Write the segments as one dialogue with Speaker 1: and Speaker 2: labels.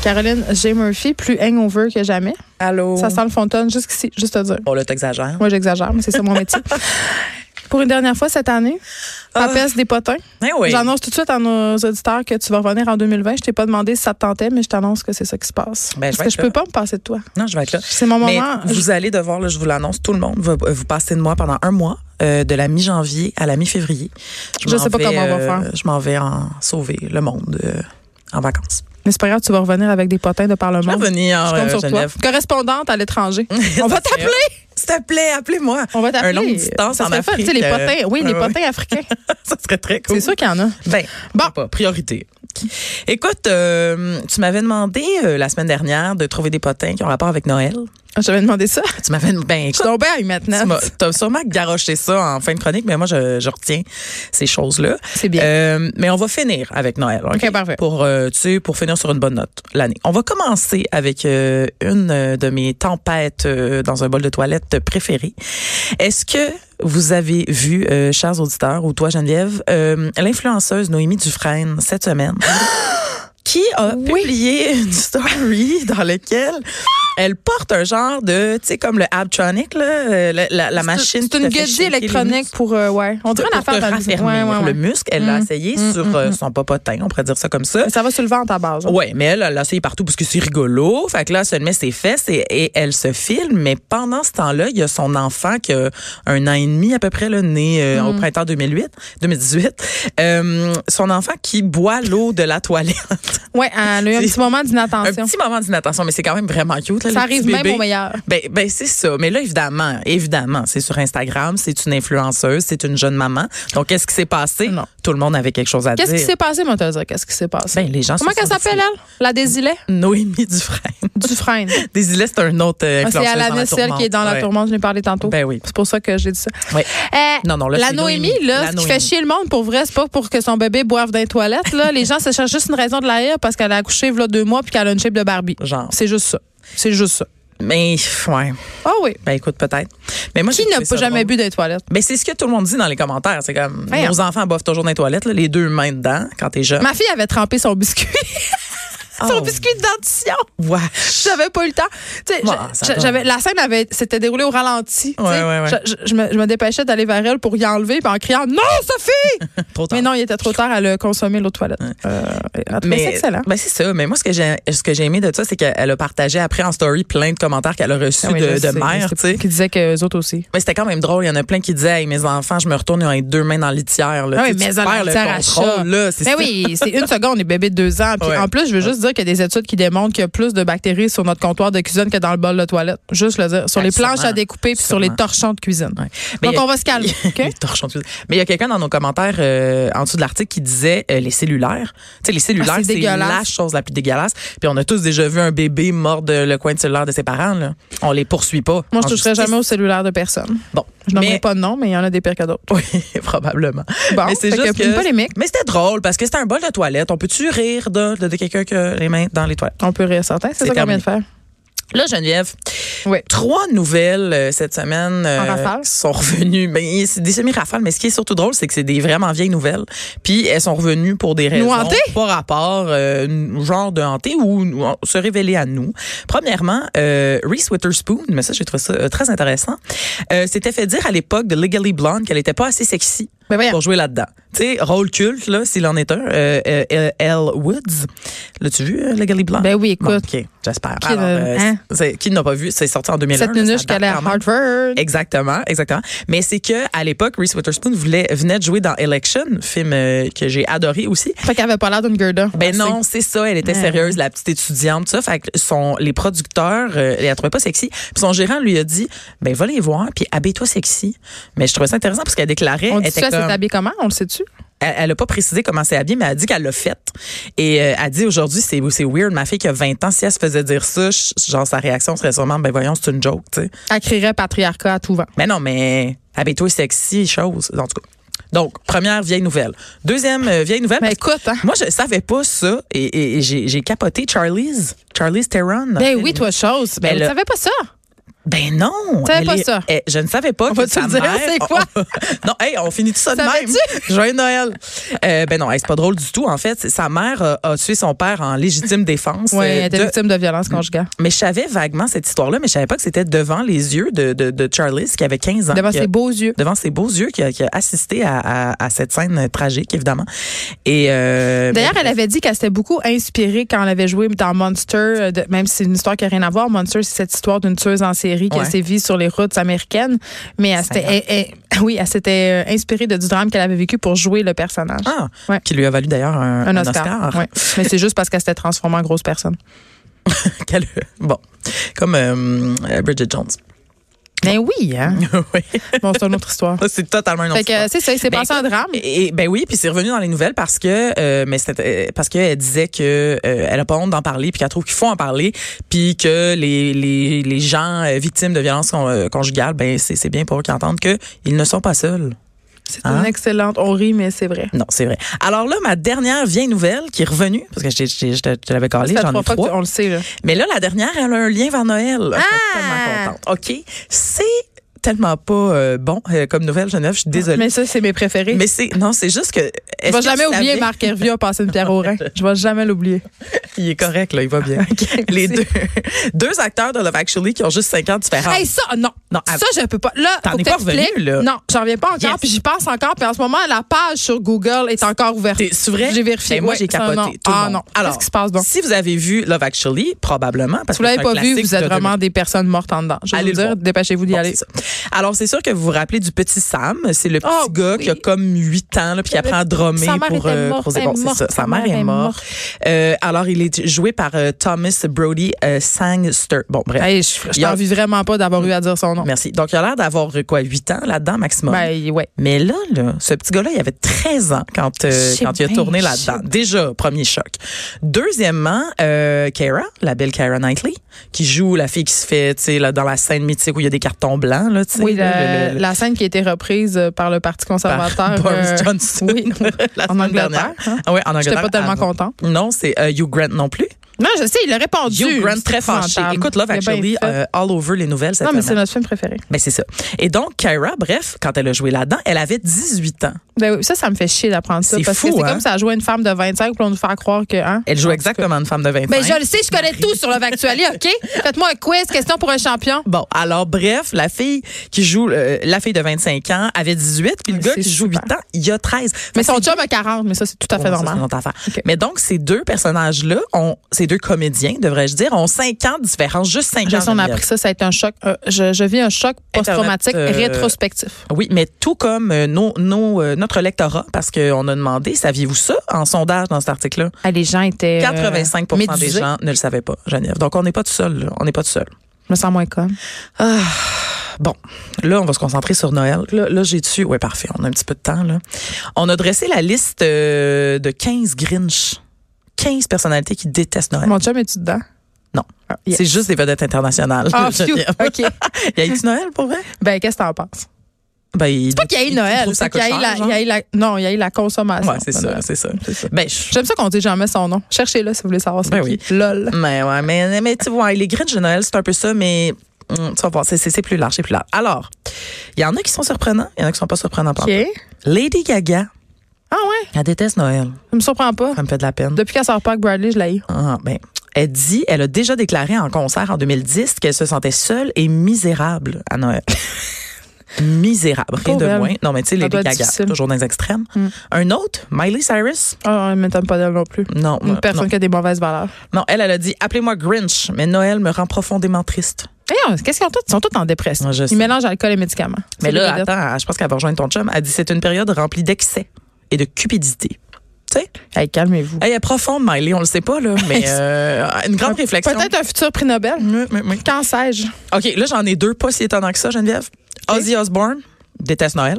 Speaker 1: Caroline J. Murphy, plus hangover que jamais.
Speaker 2: Allô?
Speaker 1: Ça sent le fontaine jusqu'ici, juste à dire.
Speaker 2: Bon, là, t'exagères.
Speaker 1: Moi, j'exagère, mais c'est ça mon métier. Pour une dernière fois cette année,
Speaker 2: Ah.
Speaker 1: papesse des potins.
Speaker 2: Eh oui.
Speaker 1: J'annonce tout de suite à nos auditeurs que tu vas revenir en 2020. Je t'ai pas demandé si ça te tentait, mais je t'annonce que c'est ça qui se passe.
Speaker 2: Ben,
Speaker 1: Parce
Speaker 2: je vais
Speaker 1: que
Speaker 2: être
Speaker 1: je peux
Speaker 2: là.
Speaker 1: pas me passer de toi.
Speaker 2: Non, je vais être là.
Speaker 1: C'est mon
Speaker 2: Mais
Speaker 1: moment.
Speaker 2: vous allez devoir, là, je vous l'annonce, tout le monde va euh, vous passer de moi pendant un mois, euh, de la mi-janvier à la mi-février.
Speaker 1: Je
Speaker 2: m'en
Speaker 1: sais pas
Speaker 2: vais,
Speaker 1: comment on va
Speaker 2: euh,
Speaker 1: faire.
Speaker 2: Je m'en vais en sauver le monde euh, en vacances.
Speaker 1: Mais c'est pas grave, tu vas revenir avec des potins de
Speaker 2: Je vais
Speaker 1: parlement.
Speaker 2: revenir,
Speaker 1: Je compte
Speaker 2: euh,
Speaker 1: sur toi.
Speaker 2: Geneviève.
Speaker 1: Correspondante à l'étranger. On va t'appeler.
Speaker 2: S'il te plaît, appelez-moi.
Speaker 1: On va t'appeler.
Speaker 2: Un long distance
Speaker 1: Ça
Speaker 2: en
Speaker 1: serait le fun,
Speaker 2: Afrique.
Speaker 1: Tu sais, les
Speaker 2: euh,
Speaker 1: potins. Oui, les
Speaker 2: ouais, ouais.
Speaker 1: potins africains.
Speaker 2: ça serait très cool.
Speaker 1: C'est sûr qu'il y en a.
Speaker 2: Ben,
Speaker 1: Bon.
Speaker 2: bon. pas, priorité. Écoute, euh, tu m'avais demandé euh, la semaine dernière de trouver des potins qui ont rapport avec Noël.
Speaker 1: Ah, J'avais demandé ça.
Speaker 2: Tu m'avais ben
Speaker 1: Je suis
Speaker 2: écoute,
Speaker 1: tombée à une maintenant.
Speaker 2: tu m'as- t'as sûrement garoché ça en fin de chronique, mais moi je, je retiens ces choses-là.
Speaker 1: C'est bien.
Speaker 2: Euh, mais on va finir avec Noël.
Speaker 1: OK, parfait.
Speaker 2: Pour euh, tu sais, pour finir sur une bonne note l'année. On va commencer avec euh, une euh, de mes tempêtes euh, dans un bol de toilette préférées. Est-ce que vous avez vu, euh, chers auditeurs, ou toi Geneviève, euh, l'influenceuse Noémie Dufresne cette semaine? qui a publié une story dans laquelle elle porte un genre de, tu sais, comme le Abtronic, là, euh, la, la- la machine.
Speaker 1: C'est
Speaker 2: qui
Speaker 1: une
Speaker 2: te fait
Speaker 1: guédille
Speaker 2: shaker les
Speaker 1: électronique pour. euh, ouais. On dirait
Speaker 2: pour
Speaker 1: une affaire
Speaker 2: te
Speaker 1: dans le-
Speaker 2: raffermir
Speaker 1: Ouais, ouais, Mm. ouais.
Speaker 2: le muscle. Elle l'a essayé sur euh, son popotin, on pourrait dire ça comme ça.
Speaker 1: Mais Ça va sur le ventre à base. hein.
Speaker 2: Ouais, mais elle, elle l'a essayé partout parce que c'est rigolo. Fait que là, elle se met ses fesses et, et elle se filme. Mais pendant ce temps-là, il y a son enfant qui a un an et demi à peu près, là, né euh,
Speaker 1: Mm.
Speaker 2: au printemps 2008, 2018. Euh, son enfant qui boit l'eau de la toilette.
Speaker 1: Ouais, elle a eu un
Speaker 2: C'est-
Speaker 1: petit moment
Speaker 2: un
Speaker 1: d'inattention.
Speaker 2: petit moment d'inattention, mais c'est quand même vraiment cute. là, le
Speaker 1: Ça arrive
Speaker 2: petit
Speaker 1: même
Speaker 2: bébé.
Speaker 1: au meilleur.
Speaker 2: Ben, ben c'est ça. Mais là, évidemment, évidemment, c'est sur Instagram, c'est une influenceuse, c'est une jeune maman. Donc, qu'est-ce qui s'est passé?
Speaker 1: Non.
Speaker 2: Tout le monde avait quelque chose à
Speaker 1: Qu'est-ce
Speaker 2: dire.
Speaker 1: qui s'est passé, moi, te le dire? Qu'est-ce qui s'est passé?
Speaker 2: Ben, les gens se
Speaker 1: Comment
Speaker 2: sont
Speaker 1: qu'elle s'appelle, elle? La Désilet?
Speaker 2: Noémie Dufresne.
Speaker 1: Dufresne.
Speaker 2: Désilets, c'est un autre euh,
Speaker 1: Ah,
Speaker 2: influenceuse
Speaker 1: C'est à la
Speaker 2: dans
Speaker 1: celle
Speaker 2: tourmente.
Speaker 1: qui est dans la
Speaker 2: Ouais.
Speaker 1: tourmente, je l'ai parlé tantôt.
Speaker 2: Ben oui.
Speaker 1: C'est pour ça que j'ai dit ça.
Speaker 2: Ouais.
Speaker 1: Euh,
Speaker 2: Non, non, là,
Speaker 1: la
Speaker 2: c'est
Speaker 1: Noémie,
Speaker 2: Noémie.
Speaker 1: là,
Speaker 2: La
Speaker 1: ce qui fait
Speaker 2: Noémie.
Speaker 1: chier le monde pour vrai, c'est pas pour que son bébé boive dans les toilettes. Là. les gens se cherchent juste une raison de la haïr parce qu'elle a accouché il deux mois puis qu'elle a une shape de Barbie.
Speaker 2: Genre.
Speaker 1: C'est juste ça. C'est juste ça.
Speaker 2: Mais, pff, ouais.
Speaker 1: Ah oui.
Speaker 2: Ben, écoute, peut-être. Mais moi,
Speaker 1: Qui
Speaker 2: j'ai
Speaker 1: n'a
Speaker 2: trouvé
Speaker 1: pas
Speaker 2: ça
Speaker 1: jamais bu
Speaker 2: drôle.
Speaker 1: dans les toilettes?
Speaker 2: Ben, c'est ce que tout le monde dit dans les commentaires. C'est comme,
Speaker 1: Voyons.
Speaker 2: nos enfants boivent toujours dans les toilettes, là, les deux mains dedans, quand t'es jeune.
Speaker 1: Ma fille avait trempé son biscuit. son
Speaker 2: Oh.
Speaker 1: biscuit de dentition.
Speaker 2: Ouais.
Speaker 1: J'avais pas eu le temps. Tu sais,
Speaker 2: Bon,
Speaker 1: j'a-
Speaker 2: ça
Speaker 1: j'a-
Speaker 2: va.
Speaker 1: j'avais la scène avait s'était déroulée au ralenti. tu sais.
Speaker 2: Ouais, ouais, ouais.
Speaker 1: J'a- Je, je me, je me dépêchais d'aller vers elle pour y enlever puis en criant non Sophie.
Speaker 2: Trop tard.
Speaker 1: Mais non, il était trop tard. Elle a consommé l'eau de toilette. Euh, en tout cas, c'est excellent.
Speaker 2: Ben c'est ça. Mais moi, ce que j'ai, ce que j'ai aimé de ça, c'est qu'elle a partagé après en story plein de commentaires qu'elle a reçus
Speaker 1: Ah oui, je
Speaker 2: de, de
Speaker 1: sais,
Speaker 2: mères,
Speaker 1: je
Speaker 2: tu
Speaker 1: sais,
Speaker 2: sais.
Speaker 1: Qui disaient qu'eux autres aussi.
Speaker 2: Mais c'était quand même drôle. Il y en a plein qui disaient, hey, mes enfants, je me retourne, ils ont les deux mains dans la litière, là.
Speaker 1: Ah
Speaker 2: Tu
Speaker 1: oui,
Speaker 2: sais, tu
Speaker 1: mais on
Speaker 2: perds
Speaker 1: en tire à
Speaker 2: le
Speaker 1: chat.
Speaker 2: contrôle, là. C'est
Speaker 1: Ben
Speaker 2: ça.
Speaker 1: oui, c'est une seconde, les bébés de deux ans. Puis
Speaker 2: Ouais.
Speaker 1: en plus, je veux juste dire qu'il y a des études qui démontrent qu'il y a plus de bactéries sur notre comptoir de cuisine que dans le bol de toilette. Juste le dire. Sur les
Speaker 2: Ah, sûrement.
Speaker 1: planches à découper puis sur les
Speaker 2: Sûrement.
Speaker 1: torchons de cuisine.
Speaker 2: Ouais. Mais il y
Speaker 1: Donc
Speaker 2: a-
Speaker 1: on va se calmer. OK?
Speaker 2: Les torchons de cuisine. Mais il y a quelqu'un dans nos commentaires euh, en dessous de l'article qui disait euh, les cellulaires. Tu sais, les cellulaires,
Speaker 1: Ah, c'est
Speaker 2: c'est la
Speaker 1: dégueulasse.
Speaker 2: chose la plus dégueulasse. Puis on a tous déjà vu un bébé mort de le coin de cellulaire de ses parents. Là. On les poursuit pas.
Speaker 1: Moi,
Speaker 2: en
Speaker 1: je toucherai
Speaker 2: justice.
Speaker 1: jamais au cellulaire de personne.
Speaker 2: Bon,
Speaker 1: Je n'en
Speaker 2: mais-
Speaker 1: pas de nom, mais il y en a des pires que d'autres.
Speaker 2: Oui, probablement.
Speaker 1: Bon, fait que une polémique.
Speaker 2: Mais c'était drôle parce que c'était un bol de toilette. On peut-tu rire de, de, de quelqu'un qui a les mains dans les toilettes?
Speaker 1: On peut rire certains. C'est
Speaker 2: C'est
Speaker 1: ça qu'on vient de faire.
Speaker 2: Là, Geneviève,
Speaker 1: Oui.
Speaker 2: trois nouvelles euh, cette semaine euh,
Speaker 1: rafale?
Speaker 2: qui sont revenues. Ben, c'est des semi-rafales, mais ce qui est surtout drôle, c'est que c'est des vraiment vieilles nouvelles. Puis elles sont revenues pour des raisons
Speaker 1: hanter?
Speaker 2: pas rapport, euh, n- genre de hanter ou nous- on- se révéler à nous. Premièrement, euh, Reese Witherspoon, mais ça, j'ai trouvé ça euh, très intéressant, euh, s'était fait dire à l'époque de Legally Blonde qu'elle n'était pas assez sexy
Speaker 1: Ben voyons.
Speaker 2: pour jouer là-dedans. Tu sais, rôle culte, là, s'il en est un, euh, euh, Elle- Elle Woods. L'as-tu vu, euh, Legally Blonde?
Speaker 1: Ben oui, écoute.
Speaker 2: Bon, OK, j'espère.
Speaker 1: Qui
Speaker 2: Alors,
Speaker 1: ne-
Speaker 2: euh,
Speaker 1: hein?
Speaker 2: c'est- Qui n'a pas vu? C'est sorti en 2001.
Speaker 1: Cette
Speaker 2: là, ça
Speaker 1: nunuche
Speaker 2: date
Speaker 1: qu'elle est à
Speaker 2: quand même.
Speaker 1: Harvard.
Speaker 2: Exactement, exactement. Mais c'est que à l'époque, Reese Witherspoon voulait, venait de jouer dans Election, film euh, que j'ai adoré aussi.
Speaker 1: Fait qu'elle avait pas l'air d'une Gerda.
Speaker 2: Ben non, c'est ça. Elle était sérieuse, la petite étudiante, tout ça. Fait que son, les producteurs, euh, elle la trouvait pas sexy. Puis son gérant lui a dit, ben va les voir, puis habille-toi sexy. Mais je trouvais ça intéressant parce qu'elle déclarait,
Speaker 1: On
Speaker 2: elle
Speaker 1: dit
Speaker 2: était
Speaker 1: ça,
Speaker 2: comme-
Speaker 1: c'est habillée comment? On le sait-tu?
Speaker 2: elle, elle a pas précisé comment c'est habillée, mais elle a dit qu'elle l'a faite. Et euh, elle dit aujourd'hui, c'est c'est weird, ma fille qui a 20 ans, si elle se faisait dire ça, je- genre sa réaction serait sûrement, ben voyons, c'est une joke, tu sais.
Speaker 1: Elle crierait patriarcat à tout vent.
Speaker 2: Mais non, mais habille-toi sexy, chose, en tout cas. Donc, première vieille nouvelle. Deuxième euh, vieille nouvelle.
Speaker 1: Ben
Speaker 2: parce que
Speaker 1: écoute, hein.
Speaker 2: Moi, je savais pas ça et, et- et j'ai j'ai capoté Charlie's, Charlie's Theron.
Speaker 1: Ben oui, toi, chose. Ben,
Speaker 2: Ben
Speaker 1: tu
Speaker 2: là-
Speaker 1: savais pas ça.
Speaker 2: Ben non.
Speaker 1: savais
Speaker 2: elle
Speaker 1: pas
Speaker 2: est-
Speaker 1: ça.
Speaker 2: elle- je ne savais pas
Speaker 1: On
Speaker 2: que
Speaker 1: va-tu
Speaker 2: sa
Speaker 1: le dire,
Speaker 2: mère-
Speaker 1: c'est quoi?
Speaker 2: on- on- non, hey, on finit tout ça de
Speaker 1: Savais-tu?
Speaker 2: même. Joyeux Noël. Euh, ben non, hey, c'est pas drôle du tout. En fait, C'est- sa mère euh, a tué son père en légitime défense.
Speaker 1: Oui,
Speaker 2: euh,
Speaker 1: elle était
Speaker 2: de-
Speaker 1: victime de violence conjugale.
Speaker 2: Mais je savais vaguement cette histoire-là, mais je savais pas que c'était devant les yeux de, de, de Charlize, qui avait 15 ans.
Speaker 1: Devant
Speaker 2: qui a-
Speaker 1: ses beaux yeux.
Speaker 2: devant ses beaux yeux, qui a, qui a assisté à, à- à cette scène euh, tragique, évidemment. Et euh,
Speaker 1: D'ailleurs,
Speaker 2: ben,
Speaker 1: elle avait dit qu'elle s'était beaucoup inspirée quand elle avait joué dans Monster, euh, de- même si c'est une histoire qui n'a rien à voir. Monster, c'est cette histoire d'une tueuse en série qui a
Speaker 2: Ouais.
Speaker 1: sévi sur les routes américaines. Mais elle s'était, elle- elle- oui, elle s'était euh, inspirée de, du drame qu'elle avait vécu pour jouer le personnage.
Speaker 2: ah,
Speaker 1: Ouais.
Speaker 2: qui lui a valu d'ailleurs un,
Speaker 1: Un
Speaker 2: un
Speaker 1: Oscar. Ouais. Mais c'est juste parce qu'elle s'était transformée en grosse personne.
Speaker 2: Qu'elle- bon, comme euh, euh, Bridget Jones.
Speaker 1: Mais oui, hein?
Speaker 2: oui,
Speaker 1: Bon, c'est une autre histoire.
Speaker 2: ça, c'est totalement une autre
Speaker 1: Fait que, euh,
Speaker 2: histoire.
Speaker 1: c'est ça, il s'est
Speaker 2: Ben,
Speaker 1: passé un drame.
Speaker 2: Et, et- ben oui, puis c'est revenu dans les nouvelles parce que euh, mais c'était euh, parce qu'elle disait que euh, elle a pas honte d'en parler puis qu'elle trouve qu'il faut en parler puis que les les, les gens euh, victimes de violences con- euh, conjugales ben c'est c'est bien pour eux qui entendent que ils ne sont pas seuls.
Speaker 1: C'est
Speaker 2: Hein?
Speaker 1: une excellente, on rit, mais c'est vrai.
Speaker 2: Non, c'est vrai. Alors là ma dernière vieille nouvelle qui est revenue parce que je t'ai- je t'ai- je te- je te l'avais calée,
Speaker 1: Ça fait
Speaker 2: j'en ai
Speaker 1: trois fois
Speaker 2: trois.
Speaker 1: que tu- on le sait, là.
Speaker 2: Mais là, la dernière, elle a un lien vers Noël. Je suis
Speaker 1: Ah!
Speaker 2: tellement contente. OK. C'est tellement pas euh, bon euh, comme nouvelle, Geneviève. Je suis désolée.
Speaker 1: Mais ça, c'est mes préférés.
Speaker 2: Mais, c'est. Non, c'est juste que.
Speaker 1: Je
Speaker 2: est-ce
Speaker 1: vais
Speaker 2: que
Speaker 1: jamais
Speaker 2: tu
Speaker 1: oublier
Speaker 2: savais-
Speaker 1: Marc Hervieux a passé une pierre au rein. Je vais jamais l'oublier.
Speaker 2: Il est correct, là. Il va bien. Les deux, deux acteurs de Love Actually qui ont juste 5 ans différents.
Speaker 1: Hey, ça, non.
Speaker 2: Non, ah,
Speaker 1: ça, je peux pas. Là,
Speaker 2: T'en
Speaker 1: faut
Speaker 2: es
Speaker 1: que
Speaker 2: pas
Speaker 1: t'expliques.
Speaker 2: revenu, là.
Speaker 1: Non, j'en reviens pas encore,
Speaker 2: Yes.
Speaker 1: puis j'y pense encore. Puis en ce moment, la page sur Google est encore ouverte.
Speaker 2: T'es- c'est vrai?
Speaker 1: J'ai vérifié.
Speaker 2: Ben, moi,
Speaker 1: Ouais,
Speaker 2: j'ai
Speaker 1: ça,
Speaker 2: capoté.
Speaker 1: non.
Speaker 2: Tout le
Speaker 1: Ah
Speaker 2: monde.
Speaker 1: non.
Speaker 2: Alors,
Speaker 1: Qu'est-ce qui se passe donc?
Speaker 2: Si vous avez vu Love Actually, probablement, parce
Speaker 1: vous
Speaker 2: que c'est
Speaker 1: l'avez
Speaker 2: un
Speaker 1: pas vu,
Speaker 2: classique
Speaker 1: vous êtes
Speaker 2: de
Speaker 1: vraiment des personnes mortes en dedans. Je vais
Speaker 2: Allez
Speaker 1: vous
Speaker 2: le
Speaker 1: dire,
Speaker 2: voir.
Speaker 1: dépêchez-vous d'y
Speaker 2: Bon,
Speaker 1: aller.
Speaker 2: c'est ça. Alors, c'est sûr que vous vous rappelez du petit Sam. C'est le petit
Speaker 1: Oh,
Speaker 2: gars
Speaker 1: oui.
Speaker 2: qui a comme 8 ans, là, puis qui apprend à drummer
Speaker 1: Sa mère
Speaker 2: pour,
Speaker 1: était
Speaker 2: euh,
Speaker 1: morte,
Speaker 2: pour-
Speaker 1: elle
Speaker 2: bon,
Speaker 1: est
Speaker 2: c'est
Speaker 1: morte,
Speaker 2: ça.
Speaker 1: sa
Speaker 2: Sa mère
Speaker 1: mère est
Speaker 2: est morte.
Speaker 1: morte.
Speaker 2: Euh, alors, il est joué par euh, Thomas Brody euh, Sangster. Bon, bref.
Speaker 1: Hey, je je
Speaker 2: Il y a-
Speaker 1: t'en vis vraiment pas d'avoir eu à dire son nom.
Speaker 2: Merci. Donc, il a l'air d'avoir euh, quoi, 8 ans là-dedans maximum.
Speaker 1: Ben, ouais.
Speaker 2: Mais là, là, ce petit gars-là, il avait 13 ans quand, euh,
Speaker 1: Je sais
Speaker 2: quand il a
Speaker 1: bien,
Speaker 2: tourné
Speaker 1: je
Speaker 2: là-dedans. Déjà, premier choc. Deuxièmement, euh, Kara, la belle Kara Knightley, qui joue la fille qui se fait, tu sais, là, dans la scène mythique où il y a des cartons blancs, là, tu sais.
Speaker 1: Oui,
Speaker 2: là,
Speaker 1: la,
Speaker 2: le- le-
Speaker 1: la scène qui a été reprise euh, par le Parti
Speaker 2: par
Speaker 1: conservateur.
Speaker 2: Boris
Speaker 1: euh,
Speaker 2: Johnson.
Speaker 1: oui,
Speaker 2: la
Speaker 1: en
Speaker 2: semaine
Speaker 1: Angleterre.
Speaker 2: dernière.
Speaker 1: hein.
Speaker 2: Ah ouais, en
Speaker 1: J'étais pas
Speaker 2: Angleterre,
Speaker 1: tellement
Speaker 2: avant.
Speaker 1: content.
Speaker 2: Non, c'est euh, Hugh Grant non plus.
Speaker 1: Non, je sais, il a répondu.
Speaker 2: Hugh Grant très fâché.
Speaker 1: Épouvantable.
Speaker 2: Écoute, Love
Speaker 1: Il a bien
Speaker 2: Actually,
Speaker 1: fait.
Speaker 2: euh, all over les nouvelles cette
Speaker 1: Non, mais c'est
Speaker 2: semaine.
Speaker 1: notre film préféré.
Speaker 2: Ben, c'est ça. Et donc, Kyra, bref, quand elle a joué là-dedans, elle avait 18 ans.
Speaker 1: Ben oui, ça, ça me fait chier d'apprendre ça.
Speaker 2: C'est
Speaker 1: Parce que
Speaker 2: fou,
Speaker 1: c'est
Speaker 2: hein?
Speaker 1: comme ça jouer une femme de 25 pour nous faire croire que. Hein?
Speaker 2: Elle joue exactement une femme de 25.
Speaker 1: Ben, je le sais, je connais tout sur Love Actually, OK? Faites-moi un quiz, question pour un champion.
Speaker 2: Bon, alors bref, la fille qui joue euh, la fille de 25 ans avait 18, puis le
Speaker 1: Mais
Speaker 2: gars
Speaker 1: c'est
Speaker 2: qui joue 8
Speaker 1: super.
Speaker 2: ans, il a 13.
Speaker 1: Mais son chum a 40, mais ça, c'est tout à fait
Speaker 2: Bon, ça, c'est
Speaker 1: normal.
Speaker 2: notre affaire.
Speaker 1: Ok.
Speaker 2: Mais donc ces deux personnages là, ont ces deux comédiens, devrais-je dire, ont 5 ans de différence, juste 5
Speaker 1: Je
Speaker 2: ans.
Speaker 1: sais, on a
Speaker 2: Geneviève.
Speaker 1: appris que ça, ça a été un choc. Euh, je, je vis un choc post-traumatique
Speaker 2: Internet, euh,
Speaker 1: rétrospectif.
Speaker 2: Oui, mais tout comme euh, nos, nos, euh, notre lectorat, parce qu'on a demandé, saviez-vous ça en sondage dans cet article-là?
Speaker 1: Ah, les gens étaient. euh,
Speaker 2: 85 des
Speaker 1: médusés.
Speaker 2: gens ne le savaient pas, Geneviève. Donc on n'est pas tout seul, là. on n'est pas tout seul.
Speaker 1: Je me sens moins comme.
Speaker 2: Bon, là, on va se concentrer sur Noël. Là, là j'ai dessus. Ouais, parfait. On a un petit peu de temps, là. On a dressé la liste euh, de 15 Grinch. 15 personnalités qui détestent Noël.
Speaker 1: Mon chum, es-tu dedans?
Speaker 2: Non.
Speaker 1: Ah, yeah.
Speaker 2: C'est juste des vedettes internationales.
Speaker 1: Ah,
Speaker 2: Je
Speaker 1: phew,
Speaker 2: veux dire.
Speaker 1: OK.
Speaker 2: y a eu Noël pour vrai?
Speaker 1: Ben, qu'est-ce que t'en penses?
Speaker 2: Ben, il,
Speaker 1: C'est pas qu'il y a eu
Speaker 2: il
Speaker 1: Noël.
Speaker 2: trouve
Speaker 1: c'est
Speaker 2: ça
Speaker 1: qu'il y a eu
Speaker 2: coûte
Speaker 1: la-
Speaker 2: cher, genre.
Speaker 1: il y a eu la- Non, il y a eu la consommation.
Speaker 2: Ouais, c'est
Speaker 1: de
Speaker 2: ça,
Speaker 1: Noël.
Speaker 2: c'est ça, c'est ça. Ben, je-
Speaker 1: J'aime ça qu'on dit jamais son nom. Cherchez-le si vous voulez savoir c'est
Speaker 2: Ben
Speaker 1: qui. LOL.
Speaker 2: Mais ouais, mais, mais tu vois, les Grinch de Noël, c'est un peu ça, mais hum, tu vas voir, c'est- c'est c'est plus large, c'est plus large. Alors, il y en a qui sont surprenants, il y en a qui sont pas surprenants. pas en
Speaker 1: OK.
Speaker 2: tout. Lady Gaga,
Speaker 1: Ah ouais?
Speaker 2: elle déteste Noël.
Speaker 1: Ça me surprend pas.
Speaker 2: Ça me fait de la peine.
Speaker 1: Depuis qu'elle sort pas avec Bradley, je l'ai eu.
Speaker 2: Ah, ben, elle dit, elle a déjà déclaré en concert en 2010 qu'elle se sentait seule et misérable à Noël. misérable, rien
Speaker 1: Pauvre
Speaker 2: de
Speaker 1: elle.
Speaker 2: moins. Non, mais tu sais,
Speaker 1: Ça
Speaker 2: les
Speaker 1: doit être
Speaker 2: Gaga,
Speaker 1: difficile. Mm.
Speaker 2: toujours dans les extrêmes. Un autre, Miley Cyrus.
Speaker 1: Ah, elle m'étonne pas d'elle non plus.
Speaker 2: Non,
Speaker 1: Une
Speaker 2: euh,
Speaker 1: personne qui a des mauvaises valeurs.
Speaker 2: non. Non, elle, elle a dit, appelez-moi Grinch, mais Noël me rend profondément triste.
Speaker 1: Hey, on- qu'est-ce qu'ils ont tous? Ils sont tous en dépression.
Speaker 2: Ouais, je sais.
Speaker 1: Ils mélangent alcool et médicaments.
Speaker 2: Mais
Speaker 1: C'est
Speaker 2: là,
Speaker 1: des vedettes.
Speaker 2: attends, je pense qu'elle va rejoindre ton chum. Elle dit, c'est une période remplie d'excès et de cupidité. Tu sais,
Speaker 1: Hey, calmez-vous.
Speaker 2: elle est profonde, Miley, on le sait pas, là, mais euh, une grande réflexion. Mm,
Speaker 1: Peut-être un futur prix Nobel.
Speaker 2: Oui, oui, oui.
Speaker 1: Quand sais-je?
Speaker 2: OK, là, j'en ai deux pas si étonnants que ça, Geneviève. Ozzy Osbourne déteste Noël.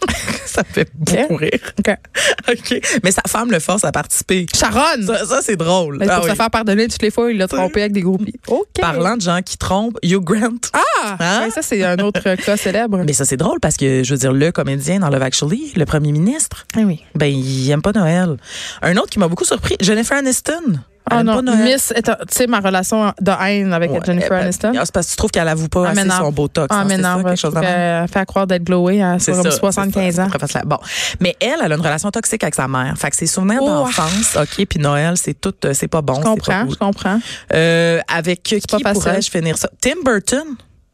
Speaker 2: ça me fait beaucoup rire.
Speaker 1: OK.
Speaker 2: OK. Mais sa femme le force à participer.
Speaker 1: Sharon!
Speaker 2: Ça, ça, c'est drôle.
Speaker 1: Mais
Speaker 2: Ah
Speaker 1: pour se
Speaker 2: oui.
Speaker 1: faire pardonner toutes les fois, il l'a trompé avec des groupies. OK.
Speaker 2: Parlant de gens qui trompent, Hugh Grant.
Speaker 1: Ah!
Speaker 2: Hein?
Speaker 1: Ouais, ça, c'est un autre euh, cas célèbre.
Speaker 2: Mais ça, c'est drôle parce que, je veux dire, le comédien dans Love Actually, le premier ministre,
Speaker 1: Ah oui.
Speaker 2: ben, il aime pas Noël. Un autre qui m'a beaucoup surpris, Jennifer Aniston. Elle
Speaker 1: Ah
Speaker 2: aime
Speaker 1: non,
Speaker 2: pas Noël.
Speaker 1: Miss, est un- tu sais ma relation de haine avec
Speaker 2: Ouais,
Speaker 1: Jennifer
Speaker 2: ben,
Speaker 1: Aniston.
Speaker 2: ah, c'est parce que tu trouves qu'elle avoue pas
Speaker 1: Ah,
Speaker 2: assez
Speaker 1: m'énerve.
Speaker 2: son botox.
Speaker 1: Ah,
Speaker 2: hein,
Speaker 1: mais
Speaker 2: c'est ça,
Speaker 1: non,
Speaker 2: quelque
Speaker 1: je
Speaker 2: chose
Speaker 1: trouve
Speaker 2: de même?
Speaker 1: qu'elle fait croire d'être glowée à
Speaker 2: C'est
Speaker 1: comme
Speaker 2: ça, c'est
Speaker 1: 75
Speaker 2: ça,
Speaker 1: ans.
Speaker 2: c'est très facile. Bon. Mais elle, elle a une relation toxique avec sa mère. Fait que ses souvenirs
Speaker 1: Oh.
Speaker 2: d'enfance, OK, puis Noël, c'est tout, euh, c'est pas bon.
Speaker 1: Je
Speaker 2: c'est pas
Speaker 1: comprends,
Speaker 2: cool.
Speaker 1: je comprends.
Speaker 2: Euh, avec qui
Speaker 1: pas facile.
Speaker 2: pourrais-je finir ça? Tim Burton?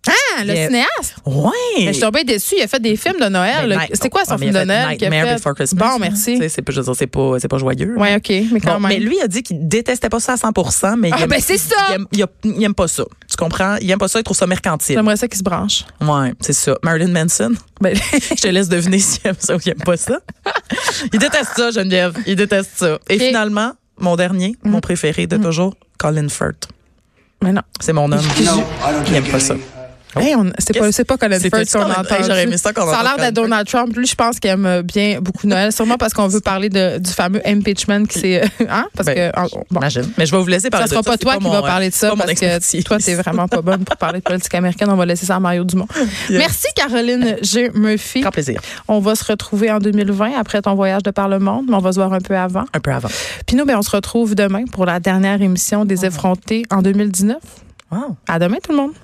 Speaker 1: Ah, le
Speaker 2: Yeah.
Speaker 1: cinéaste!
Speaker 2: Ouais!
Speaker 1: Mais je suis tombée déçue, il a fait des films de Noël.
Speaker 2: Mais
Speaker 1: là.
Speaker 2: Night-
Speaker 1: C'était quoi son
Speaker 2: Ouais, mais
Speaker 1: film
Speaker 2: il
Speaker 1: de
Speaker 2: a fait
Speaker 1: Noël? qu'il a
Speaker 2: Nightmare
Speaker 1: fait?
Speaker 2: Before Christmas.
Speaker 1: Bon, merci.
Speaker 2: Tu sais, c'est pas- je veux dire, c'est pas, c'est pas joyeux.
Speaker 1: Oui, OK, mais quand
Speaker 2: Bon,
Speaker 1: même.
Speaker 2: mais lui, il a dit qu'il détestait pas ça à 100 mais il
Speaker 1: ah,
Speaker 2: aime,
Speaker 1: ben c'est
Speaker 2: il
Speaker 1: ça!
Speaker 2: aime- il a- il aime pas ça. Tu comprends? Il aime pas ça, il trouve ça mercantile.
Speaker 1: J'aimerais ça qu'il se branche.
Speaker 2: Ouais, c'est ça. Marilyn Manson.
Speaker 1: Ben,
Speaker 2: Je te laisse deviner s'il aime ça ou il aime pas ça. Il déteste ça, Geneviève. Il déteste ça. Et
Speaker 1: Ok. Mhm.
Speaker 2: finalement, mon dernier, mon préféré de toujours, Colin Firth.
Speaker 1: mais non.
Speaker 2: C'est mon homme.
Speaker 3: No, I don't
Speaker 2: Il aime
Speaker 3: drink
Speaker 2: pas ça.
Speaker 3: anything.
Speaker 2: Oh.
Speaker 1: Hey, on- c'est pas,
Speaker 2: Qu'est-ce-
Speaker 1: c'est pas Colin
Speaker 2: C'était
Speaker 1: Firth
Speaker 2: ça,
Speaker 1: qu'on
Speaker 2: Colin-
Speaker 1: entend.
Speaker 2: Hey, j'aurais aimé ça qu'on
Speaker 1: a
Speaker 2: entende
Speaker 1: l'air de
Speaker 2: Colin
Speaker 1: Donald Trump. Lui, je pense qu'il aime euh, bien beaucoup Noël. Sûrement parce qu'on veut parler de, du fameux impeachment qui s'est. Hein? Parce
Speaker 2: Ben,
Speaker 1: que. en- bon.
Speaker 2: Imagine. Mais je vais vous laisser parler
Speaker 1: Ça sera
Speaker 2: de ça.
Speaker 1: pas
Speaker 2: C'est
Speaker 1: toi qui
Speaker 2: mon,
Speaker 1: va
Speaker 2: euh,
Speaker 1: parler de ça
Speaker 2: pas mon
Speaker 1: parce que
Speaker 2: expertise.
Speaker 1: toi t'es vraiment pas bonne pour parler de politique américaine. On va laisser ça à Mario Dumont. Merci Caroline G. Murphy.
Speaker 2: Grand plaisir.
Speaker 1: On va se retrouver en 2020 après ton voyage de par le monde, mais on va se voir un peu avant.
Speaker 2: Un peu avant.
Speaker 1: Puis nous, ben, on se
Speaker 2: Ah.
Speaker 1: retrouve demain pour la dernière émission des effrontés en 2019.
Speaker 2: Wow.
Speaker 1: À demain tout le monde.